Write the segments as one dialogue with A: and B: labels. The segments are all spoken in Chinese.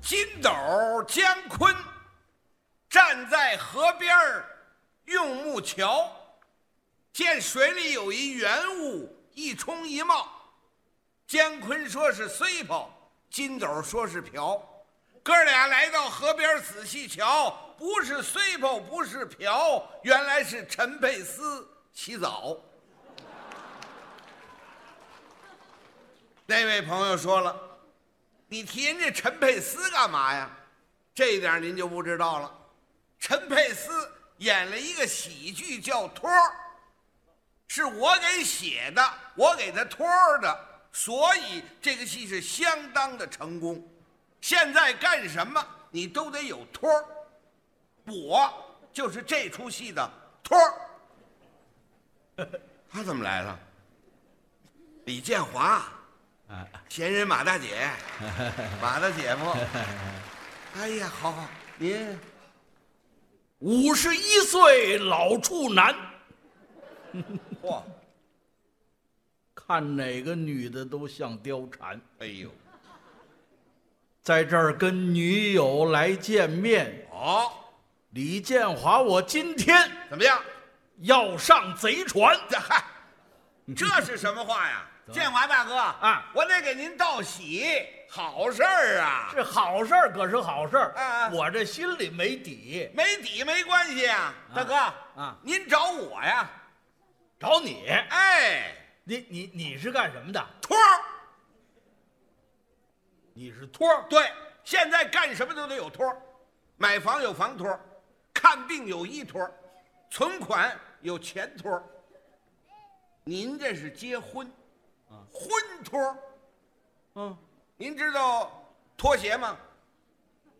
A: 金斗姜昆站在河边儿用木桥，见水里有一圆物，一冲一冒。姜昆说是碎泡，金斗说是瓢。哥俩来到河边儿仔细瞧，不是碎泡，不是瓢，原来是陈佩斯洗澡。 那位朋友说了。你提人家陈佩斯干嘛呀？这一点您就不知道了。陈佩斯演了一个喜剧叫《托儿》，是我给写的，我给他托儿的，所以这个戏是相当的成功。现在干什么你都得有托儿，我就是这出戏的托儿。 他怎么来了？李建华，闲人马大姐。马大姐 夫，哎呀，好好，您
B: 五十一岁老处男，
A: 嚯，
B: 看哪个女的都像貂蝉。
A: 哎呦，
B: 在这儿跟女友来见面，
A: 好，
B: 李建华，我今天
A: 怎么样？
B: 要上贼船。
A: 这嗨，这是什么话呀？建华大哥
B: 啊，
A: 我得给您道喜，好事儿啊，
B: 是好事儿，可是好事儿。
A: 啊啊
B: 我这心里没底，
A: 没底没关系啊，大哥
B: 啊
A: 您找我呀？
B: 找你。
A: 哎，
B: 你你你是干什么的？
A: 托儿，
B: 你是托儿。
A: 对，现在干什么都得有托儿，买房有房托儿，看病有医托儿，存款有钱托儿。您这是结婚，婚托儿。
B: 嗯，
A: 您知道拖鞋吗？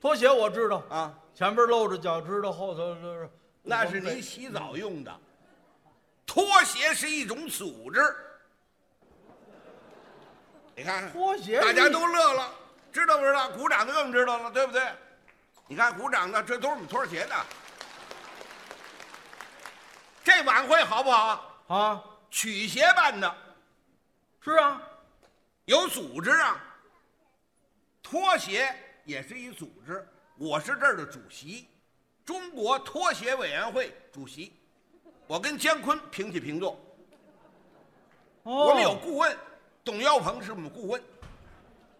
B: 拖鞋我知道，
A: 啊，
B: 前边露着脚知道，后头就是
A: 那是您洗
B: 嗯
A: 澡用的。拖鞋是一种组织，你看看
B: 拖鞋
A: 大家都乐了，知道不知道？鼓掌的更知道了，对不对？你看鼓掌的，这都是我们拖鞋的。这晚会好不好啊？
B: 啊，
A: 曲协办的，
B: 是啊，
A: 有组织啊。拖鞋也是一组织，我是这儿的主席，中国拖鞋委员会主席。我跟姜昆平起平坐，
B: 哦
A: 我们有顾问，董耀鹏是我们顾问。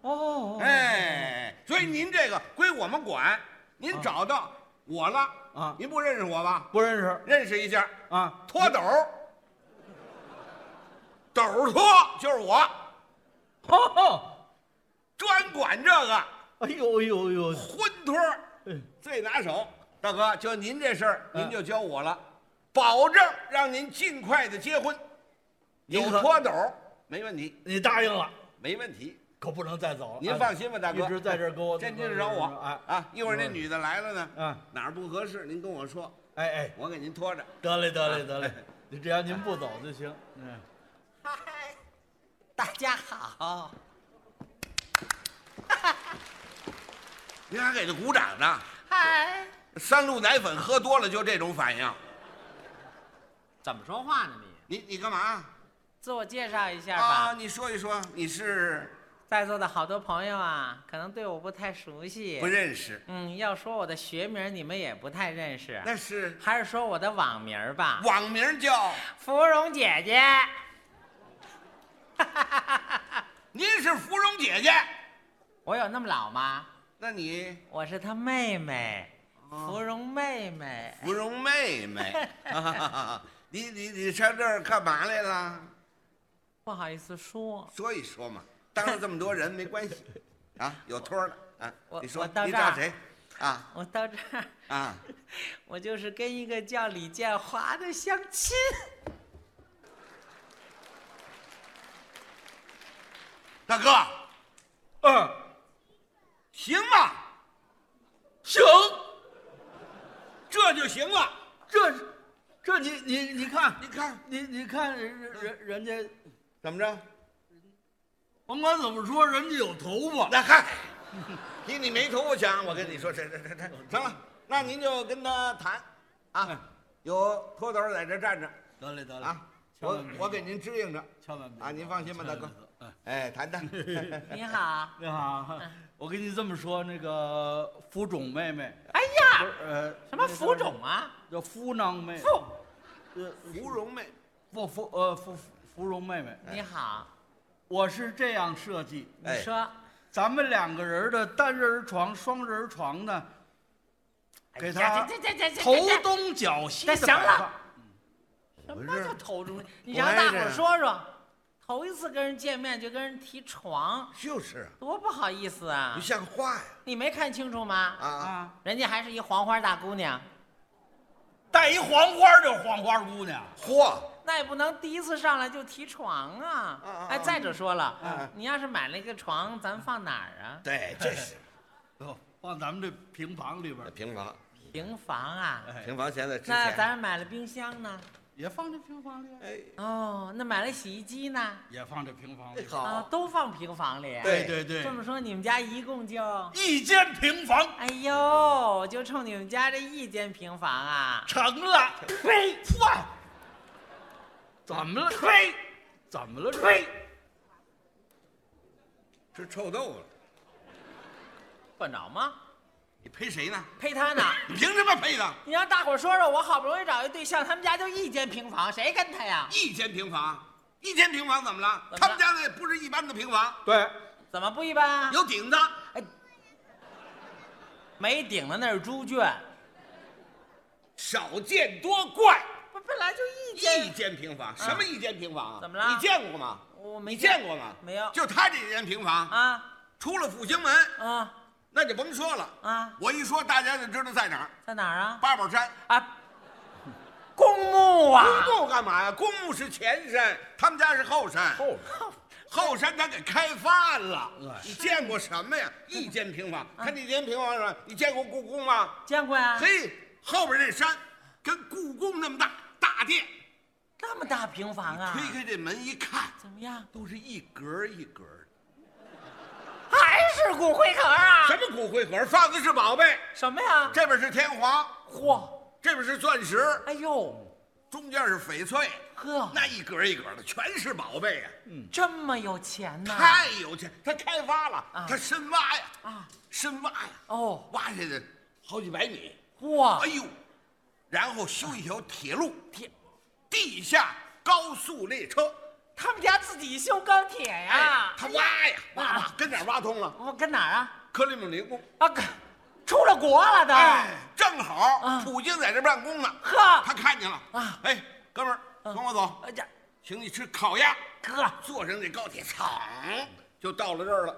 B: 哦，哦
A: 哎，所以您这个归我们管，您找到我了
B: 啊
A: 您不认识我吧？
B: 不认识
A: 认识一下，
B: 啊，
A: 拖斗，斗拖就是我，
B: 哦，
A: 专管这个
B: 哎呦哎呦哎呦，
A: 婚托。
B: 哎
A: 最拿手。大哥，就您这事儿，
B: 嗯
A: 您就教我了，保证让您尽快的结婚，有
B: 您可
A: 拖斗没问题，
B: 你答应了，
A: 没问题。
B: 可不能再走了。哎
A: 您放心吧，大哥，
B: 一直在这儿给我
A: 这您就找我
B: 哎
A: 啊！一会儿那
B: 嗯
A: 女的来了呢，
B: 嗯
A: 哪儿不合适您跟我说，
B: 哎哎，
A: 我给您拖着。
B: 得嘞得嘞得嘞，你只要您不走就行。嗯，
C: 嗨，大家好，
A: 您还给他鼓掌呢？
C: 嗨，
A: 三鹿奶粉喝多了就这种反应，
C: 怎么说话呢你？哦
A: 你你干嘛
C: 自我介绍一下吧，
A: 啊？你说一说，你是
C: 在座的好多朋友啊，可能对我不太熟悉，
A: 不认识，
C: 嗯，要说我的学名，你们也不太认识，
A: 那是
C: 还是说我的网名儿吧，
A: 网名叫
C: 芙蓉姐姐。
A: 您是芙蓉姐姐，
C: 我有那么老吗？
A: 那你
C: 我是她妹妹，芙蓉妹妹。
A: 芙蓉妹妹， 你你你上这儿干嘛来了？
C: 不好意思说，
A: 说一说嘛，当着这么多人没关 系，啊，有托儿的啊
C: 我，
A: 你说
C: 我到
A: 你
C: 这儿
A: 找谁？啊
C: 我到这儿，
A: 啊，
C: 我就是跟一个叫李建华的相亲。
A: 大哥
B: 嗯，
A: 行吗？
B: 行，
A: 这就行了。
B: 这是这你你你看
A: 你看
B: 你你看人人人家，
A: 怎么着？
B: 甭管怎么说，人家有头发。
A: 那 嗨，比你没头发强。我跟你说，这这这这
C: 嗯
A: 行了，那您就跟他谈啊。有坡头在这站着
B: 得嘞
C: 嗯
B: 得嘞
A: 啊，我我给您支应着啊
B: 千万别
C: 嗯
A: 啊，您放心吧，大哥。哎，谈谈。
C: 你好，
B: 嗯你好，我跟你这么说，那个福种妹妹，
C: 哎
B: 不是
C: 呀，
B: 呃，
C: 什么浮肿
B: 啊？
C: 啊？
B: 叫芙囊妹，
C: 富，
B: 呃
A: 芙蓉妹，
B: 芙芙呃芙芙蓉妹妹，
C: 你好，
B: 我是这样设计，
C: 你
A: 哎
C: 说，
B: 咱们两个人的单人床、双人床 呢，
C: 哎
B: 给他
C: 呀这这这这
B: 头
C: 这
B: 东脚西
C: 那
B: 的
C: 行
B: 摆
C: 了
B: 放
C: 什
A: 不
C: 么
A: 是
C: 叫头中？你
A: 我
C: 让
A: 还
C: 大
A: 是
C: 伙
A: 这
C: 儿
A: 样
C: 说说，头一次跟人见面就跟人提床，
A: 就是啊，
C: 多不好意思啊
A: 不！像话呀
C: 你没看清楚吗？
A: 啊！
B: 啊，
C: 人家还是一黄花大姑娘，
B: 带一黄花就黄花姑娘，
A: 嚯，
C: 那也不能第一次上来就提床啊
A: 啊啊！
C: 哎，
A: 啊
C: 再者说
A: 啊
C: 了，你要是买了一个床，咱放哪儿啊？
A: 对，这是
B: 哦放咱们这平房里边儿，
A: 平房，
C: 平房啊？
B: 哎
A: 平房现在值
C: 那
A: 钱。
C: 咱买了冰箱呢？
B: 也放这平房里边儿，
A: 哎，
C: 哦，那买了洗衣机呢？
B: 也放这平房里边儿。
C: 啊，
A: 好，
C: 都放平房里。
A: 哎哦对
B: 对对
C: 这么，说，你们家一共就……
B: 一间平房
C: 哎呦，就冲你们家这一间平房啊！
B: 成了，呸！哇，怎么了？呸！怎么了？呸！
A: 吃臭豆腐了，
C: 管着吗？
A: 你陪谁呢？
C: 陪他 呢。
A: 你凭什么陪他？
C: 你让大伙儿说说，我好不容易找一对象，他们家就一间平房，谁跟他呀？
A: 一间平房，一间平房怎么了？
C: 怎么了
A: 他们家那不是一般的平房，
B: 对，
C: 怎么不一般啊？
A: 有顶子。
C: 没顶的那是猪圈，
A: 少见多怪。
C: 不本来就一
A: 一
C: 间，
A: 间平房，什么一间平房啊？
C: 怎么了
A: 你见过吗？
C: 我没
A: 你见过吗？
C: 没有
A: 就他这间平房，
C: 啊
A: 出了复兴门，
C: 啊
A: 那就甭说了。
C: 啊，
A: 我一说，大家就知道在哪儿。
C: 在哪儿啊？
A: 八宝山，
C: 啊，公墓啊，
A: 公墓干嘛呀？公墓是前山，他们家是后山。
B: 后
A: 后山他给开发了
B: 哎。
A: 你见过什么呀？一间平房，
C: 啊
A: 看那间平房上，你见过故宫吗？
C: 见过呀、
A: 嘿，后边这山跟故宫那么大，大殿。
C: 那么大平房啊？
A: 推开这门一看，
C: 怎么样？
A: 都是一格一格的。
C: 还是骨灰盒啊？
A: 什么骨灰盒？放的是宝贝，
C: 什么呀？
A: 这边是天皇，
C: 嚯！
A: 这边是钻石，
C: 哎呦，
A: 中间是翡翠，
C: 呵，
A: 那一格一格的全是宝贝呀、
C: 这么有钱呐、
A: 太有钱！他开发了
C: 啊，
A: 他深挖呀，
C: 啊！
A: 深挖呀，
C: 哦，
A: 挖下去好几百米，
C: 嚯
A: 哎！呦，然后修一条铁路，
C: 铁，
A: 地下高速列车。
C: 他们家自己修高铁呀、
A: 哎，他挖呀挖挖
C: 啊，
A: 跟哪儿挖通了？
C: 我跟哪儿啊？
A: 克里姆林宫。
C: 啊，跟出了国了都。
A: 哎，正好
C: 啊
A: 普京在这办公呢，
C: 呵
A: 他看见了
C: 啊
A: 哎，哥们儿，跟我走，
C: 哎呀，
A: 请你吃烤鸭。
C: 哥，
A: 坐上这高铁，噌就到了这儿了。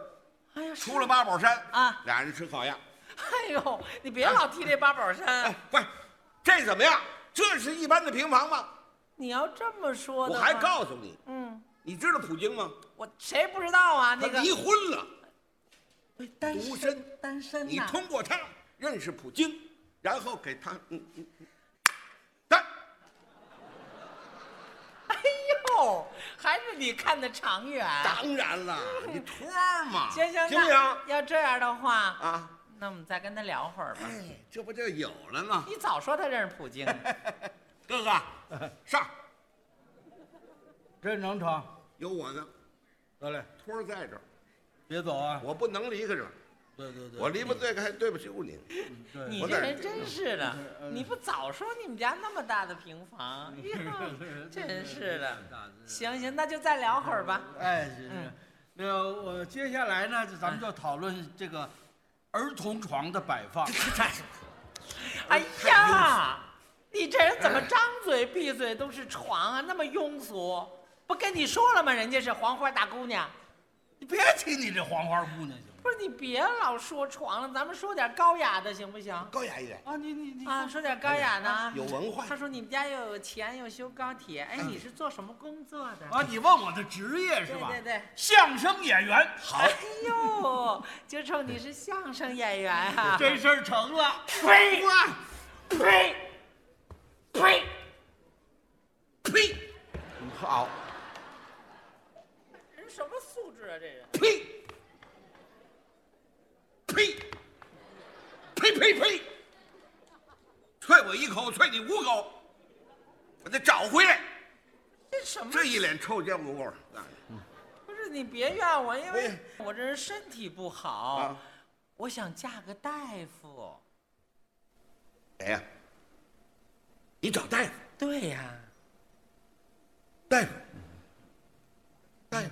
C: 哎呀，
A: 出了？八宝山
C: 啊
A: 俩人吃烤鸭。
C: 哎呦，你别老提这八宝山。
A: 哎，喂，这怎么样？这是一般的平房吗？
C: 你要这么说的
A: 我
C: 话，
A: 还告诉你，
C: 嗯，
A: 你知道普京吗？
C: 我谁不知道啊？
A: 他
C: 那个
A: 离婚了。
C: 哎单
A: 独
C: 身
A: 身
C: 单身
A: 你
C: 呐、
A: 通过他认识普京，然后给他，嗯嗯，嗯但
C: 哎呦，还是你看的长远。
A: 当然了，你托儿 嘛，
C: 行行，
A: 行不行？
C: 那要这样的话，
A: 啊，
C: 那我们再跟他聊会儿吧。
A: 哎，这不就有了吗？
C: 你早说他认识 普京，
A: 哥哥，上，
B: 这能成。
A: 有我呢，
B: 得嘞，
A: 托儿在这儿，
B: 别走啊！
A: 我不能离开这儿，
B: 对对对，
A: 我离不对还对不起你。
B: 对
C: 你
A: 我
C: 这
A: 在
C: 人
B: 嗯
C: 真是的，你不早说你们家那么大的平房，
B: 嗯
C: 哎呀 真是的。行行，那就再聊会儿吧。
B: 哎，是是。那个我接下来呢，就咱们就讨论这个儿童床的摆放。
C: 哎
B: 嗯
C: 呀，你这人怎么张嘴闭嘴都是床啊，那么庸俗？不跟你说了吗？人家是黄花大姑娘，
B: 你别提你这黄花姑娘行吗？
C: 不是你别老说床了，咱们说点高雅的行不行？
A: 高雅一点，
B: 啊，你你你
C: 啊，说点高雅的
B: 哎
C: 啊。
A: 有文化
C: 他说你们家又有钱又修高铁，哎，你是做什么工作的？
B: 啊，你嗯问我的职业是
C: 对
B: 吧？
C: 对对。
B: 相声演员。好
C: 哎呦，就冲你是相声演员啊！
B: 这事儿成了。
C: 呸
A: 哇，
C: 哎呸呸！
A: 呸，好，
C: 人什么素质啊，这人！
A: 呸，呸，呸呸呸，啐我一口，啐你五口，我得找回来。
C: 这什么？
A: 这一脸臭浆糊味儿，
C: 不是你别怨我，因为
A: 哎
C: 我这人身体不好
A: 啊，
C: 我想嫁个大夫。
A: 谁呀、你找大夫，
C: 对呀、
A: 大夫，大夫，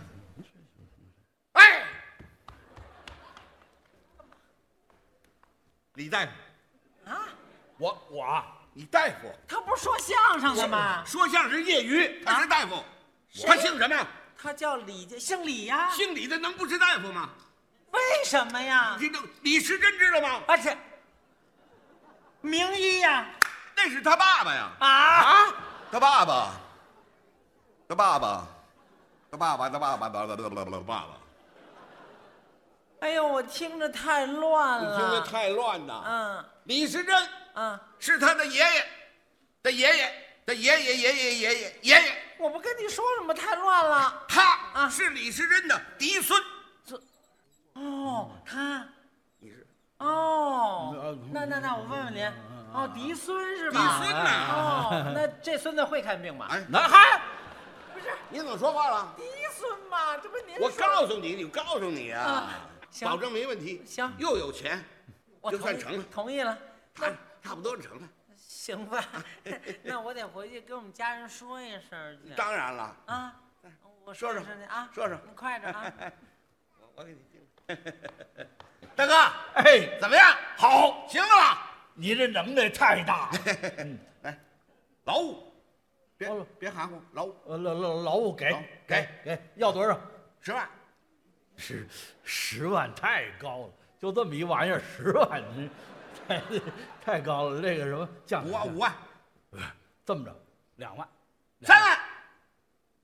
C: 哎，
A: 李大夫，
C: 啊，
A: 我我啊，你大夫，
C: 他不是说相声的吗？啊
A: 说相声业余，他是大夫，
C: 谁
A: 他姓什么？
C: 他叫李家，姓李呀、
A: 姓李的能不是大夫吗？
C: 为什么呀？
A: 你能李时珍知道吗？
C: 啊，这名医呀、
A: 那是他爸爸呀，
C: 啊，
A: 他爸爸，他爸爸，他爸爸，他爸爸，他爸爸，他爸爸。
C: 哎呦，我听着太乱了，
A: 听着太乱了。
C: 嗯
A: 李时珍
C: 嗯，
A: 是他的爷爷，他爷爷，他爷爷爷爷爷爷爷爷，
C: 我不跟你说什么太乱了。
A: 他
C: 啊
A: 是李时珍的嫡孙。
C: 哦，他
A: 你是
C: 哦
B: 嗯，
C: 那那那我问问您，哦，嫡孙是
A: 嫡
C: 吧？
A: 孙呐？
C: 哦，那这孙子会看病吗？
A: 哎，
B: 男孩，
C: 不是
A: 你怎么说话了？
C: 嫡孙嘛，这不您
A: 我
C: 说
A: 告诉你，你告诉你啊
C: 啊，行
A: 保证没问题。
C: 行
A: 又有钱，
C: 我
A: 就
C: 同
A: 算
C: 意
A: 成了
C: 同意了。
A: 差差不多就成了。
C: 行吧， 那我得回去跟我们家人说一声去。
A: 当然了，
C: 啊，我
A: 哎说说
C: 说去啊，
A: 说说
C: 你快点啊。
A: 我我给你定了。 大哥，
B: 哎，
A: 怎么样？
B: 好，
A: 行了吧？
B: 你这能耐太大了。
A: 来，老五，别
B: 老五
A: 别含糊，老五
B: 呃，老老老五给
A: 老
B: 给给，要多少？
A: 十万。
B: 十十万太高了，就这么一玩意儿，十万，太太高了。那个什么降
A: 五万五万，
B: 这么着，两万，
A: 三万，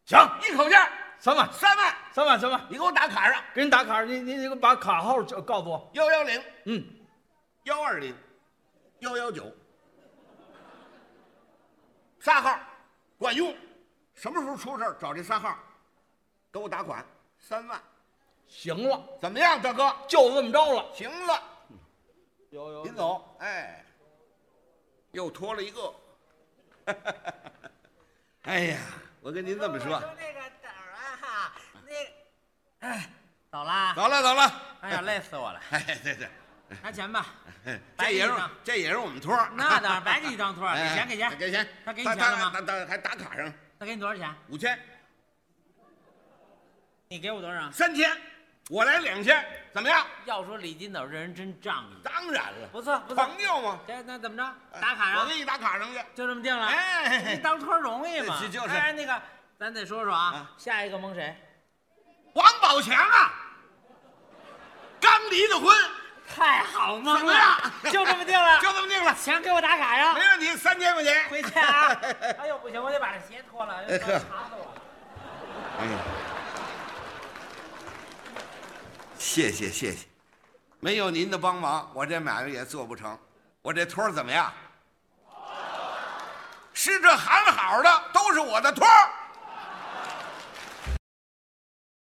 B: 行，
A: 一口气儿
B: 三万，
A: 三万，
B: 三万，三万，
A: 你给我打卡上
B: 给你打卡，你你你把卡号就告诉我。
A: 幺幺零
B: 嗯，
A: 幺二零幺幺九，仨号管用，什么时候出事儿找这仨号，给我打款三万，
B: 行了，
A: 怎么样，大哥？
B: 就这么着了。
A: 行了，
B: 有有
A: 您走，哎，又拖了一个，哎呀，我跟 您这么说
C: 我，那个等儿啊，那个，哎，走啦。
A: 走了走了，
C: 哎呀，累死 我了，
A: 哎，对对，
C: 拿钱吧。
A: 哎这
C: 白
A: 也
C: 地
A: 是
C: 上
A: 这也是我们托儿，
C: 那当然，白给你一 张托儿，给
A: 哎
C: 钱给钱
A: 给钱，
C: 他给你钱
A: 他
C: 了吗
A: 他他还打卡上
C: 他给你多少钱？
A: 五千、
C: 你给我多少？
A: 三千，我来两千，怎么样？
C: 要说李金斗这人真仗义，
A: 当然了，
C: 不错不错。
A: 朋友嘛，哎
C: 这那怎么着？打卡
A: 啊我
C: 上
A: 给，你打卡上去。
C: 就这么定了。
A: 哎
C: 你当托儿容易吗
A: 这？就是
C: 哎，那个，咱得说说啊
A: 啊，
C: 下一个蒙谁？
A: 王宝强啊，刚离的婚，
C: 太好蒙
A: 怎么样
C: 了，就这么定 了。
A: 就这么定了，
C: 钱给我打卡上
A: 没。问题，三千块钱。
C: 回 去啊！哎呦，不行，我得把这鞋脱
A: 哎
C: 了，要不然卡死我了。
A: 谢谢谢谢，没有您的帮忙，我这买卖也做不成。我这托儿怎么样？是这喊好的，都是我的托儿。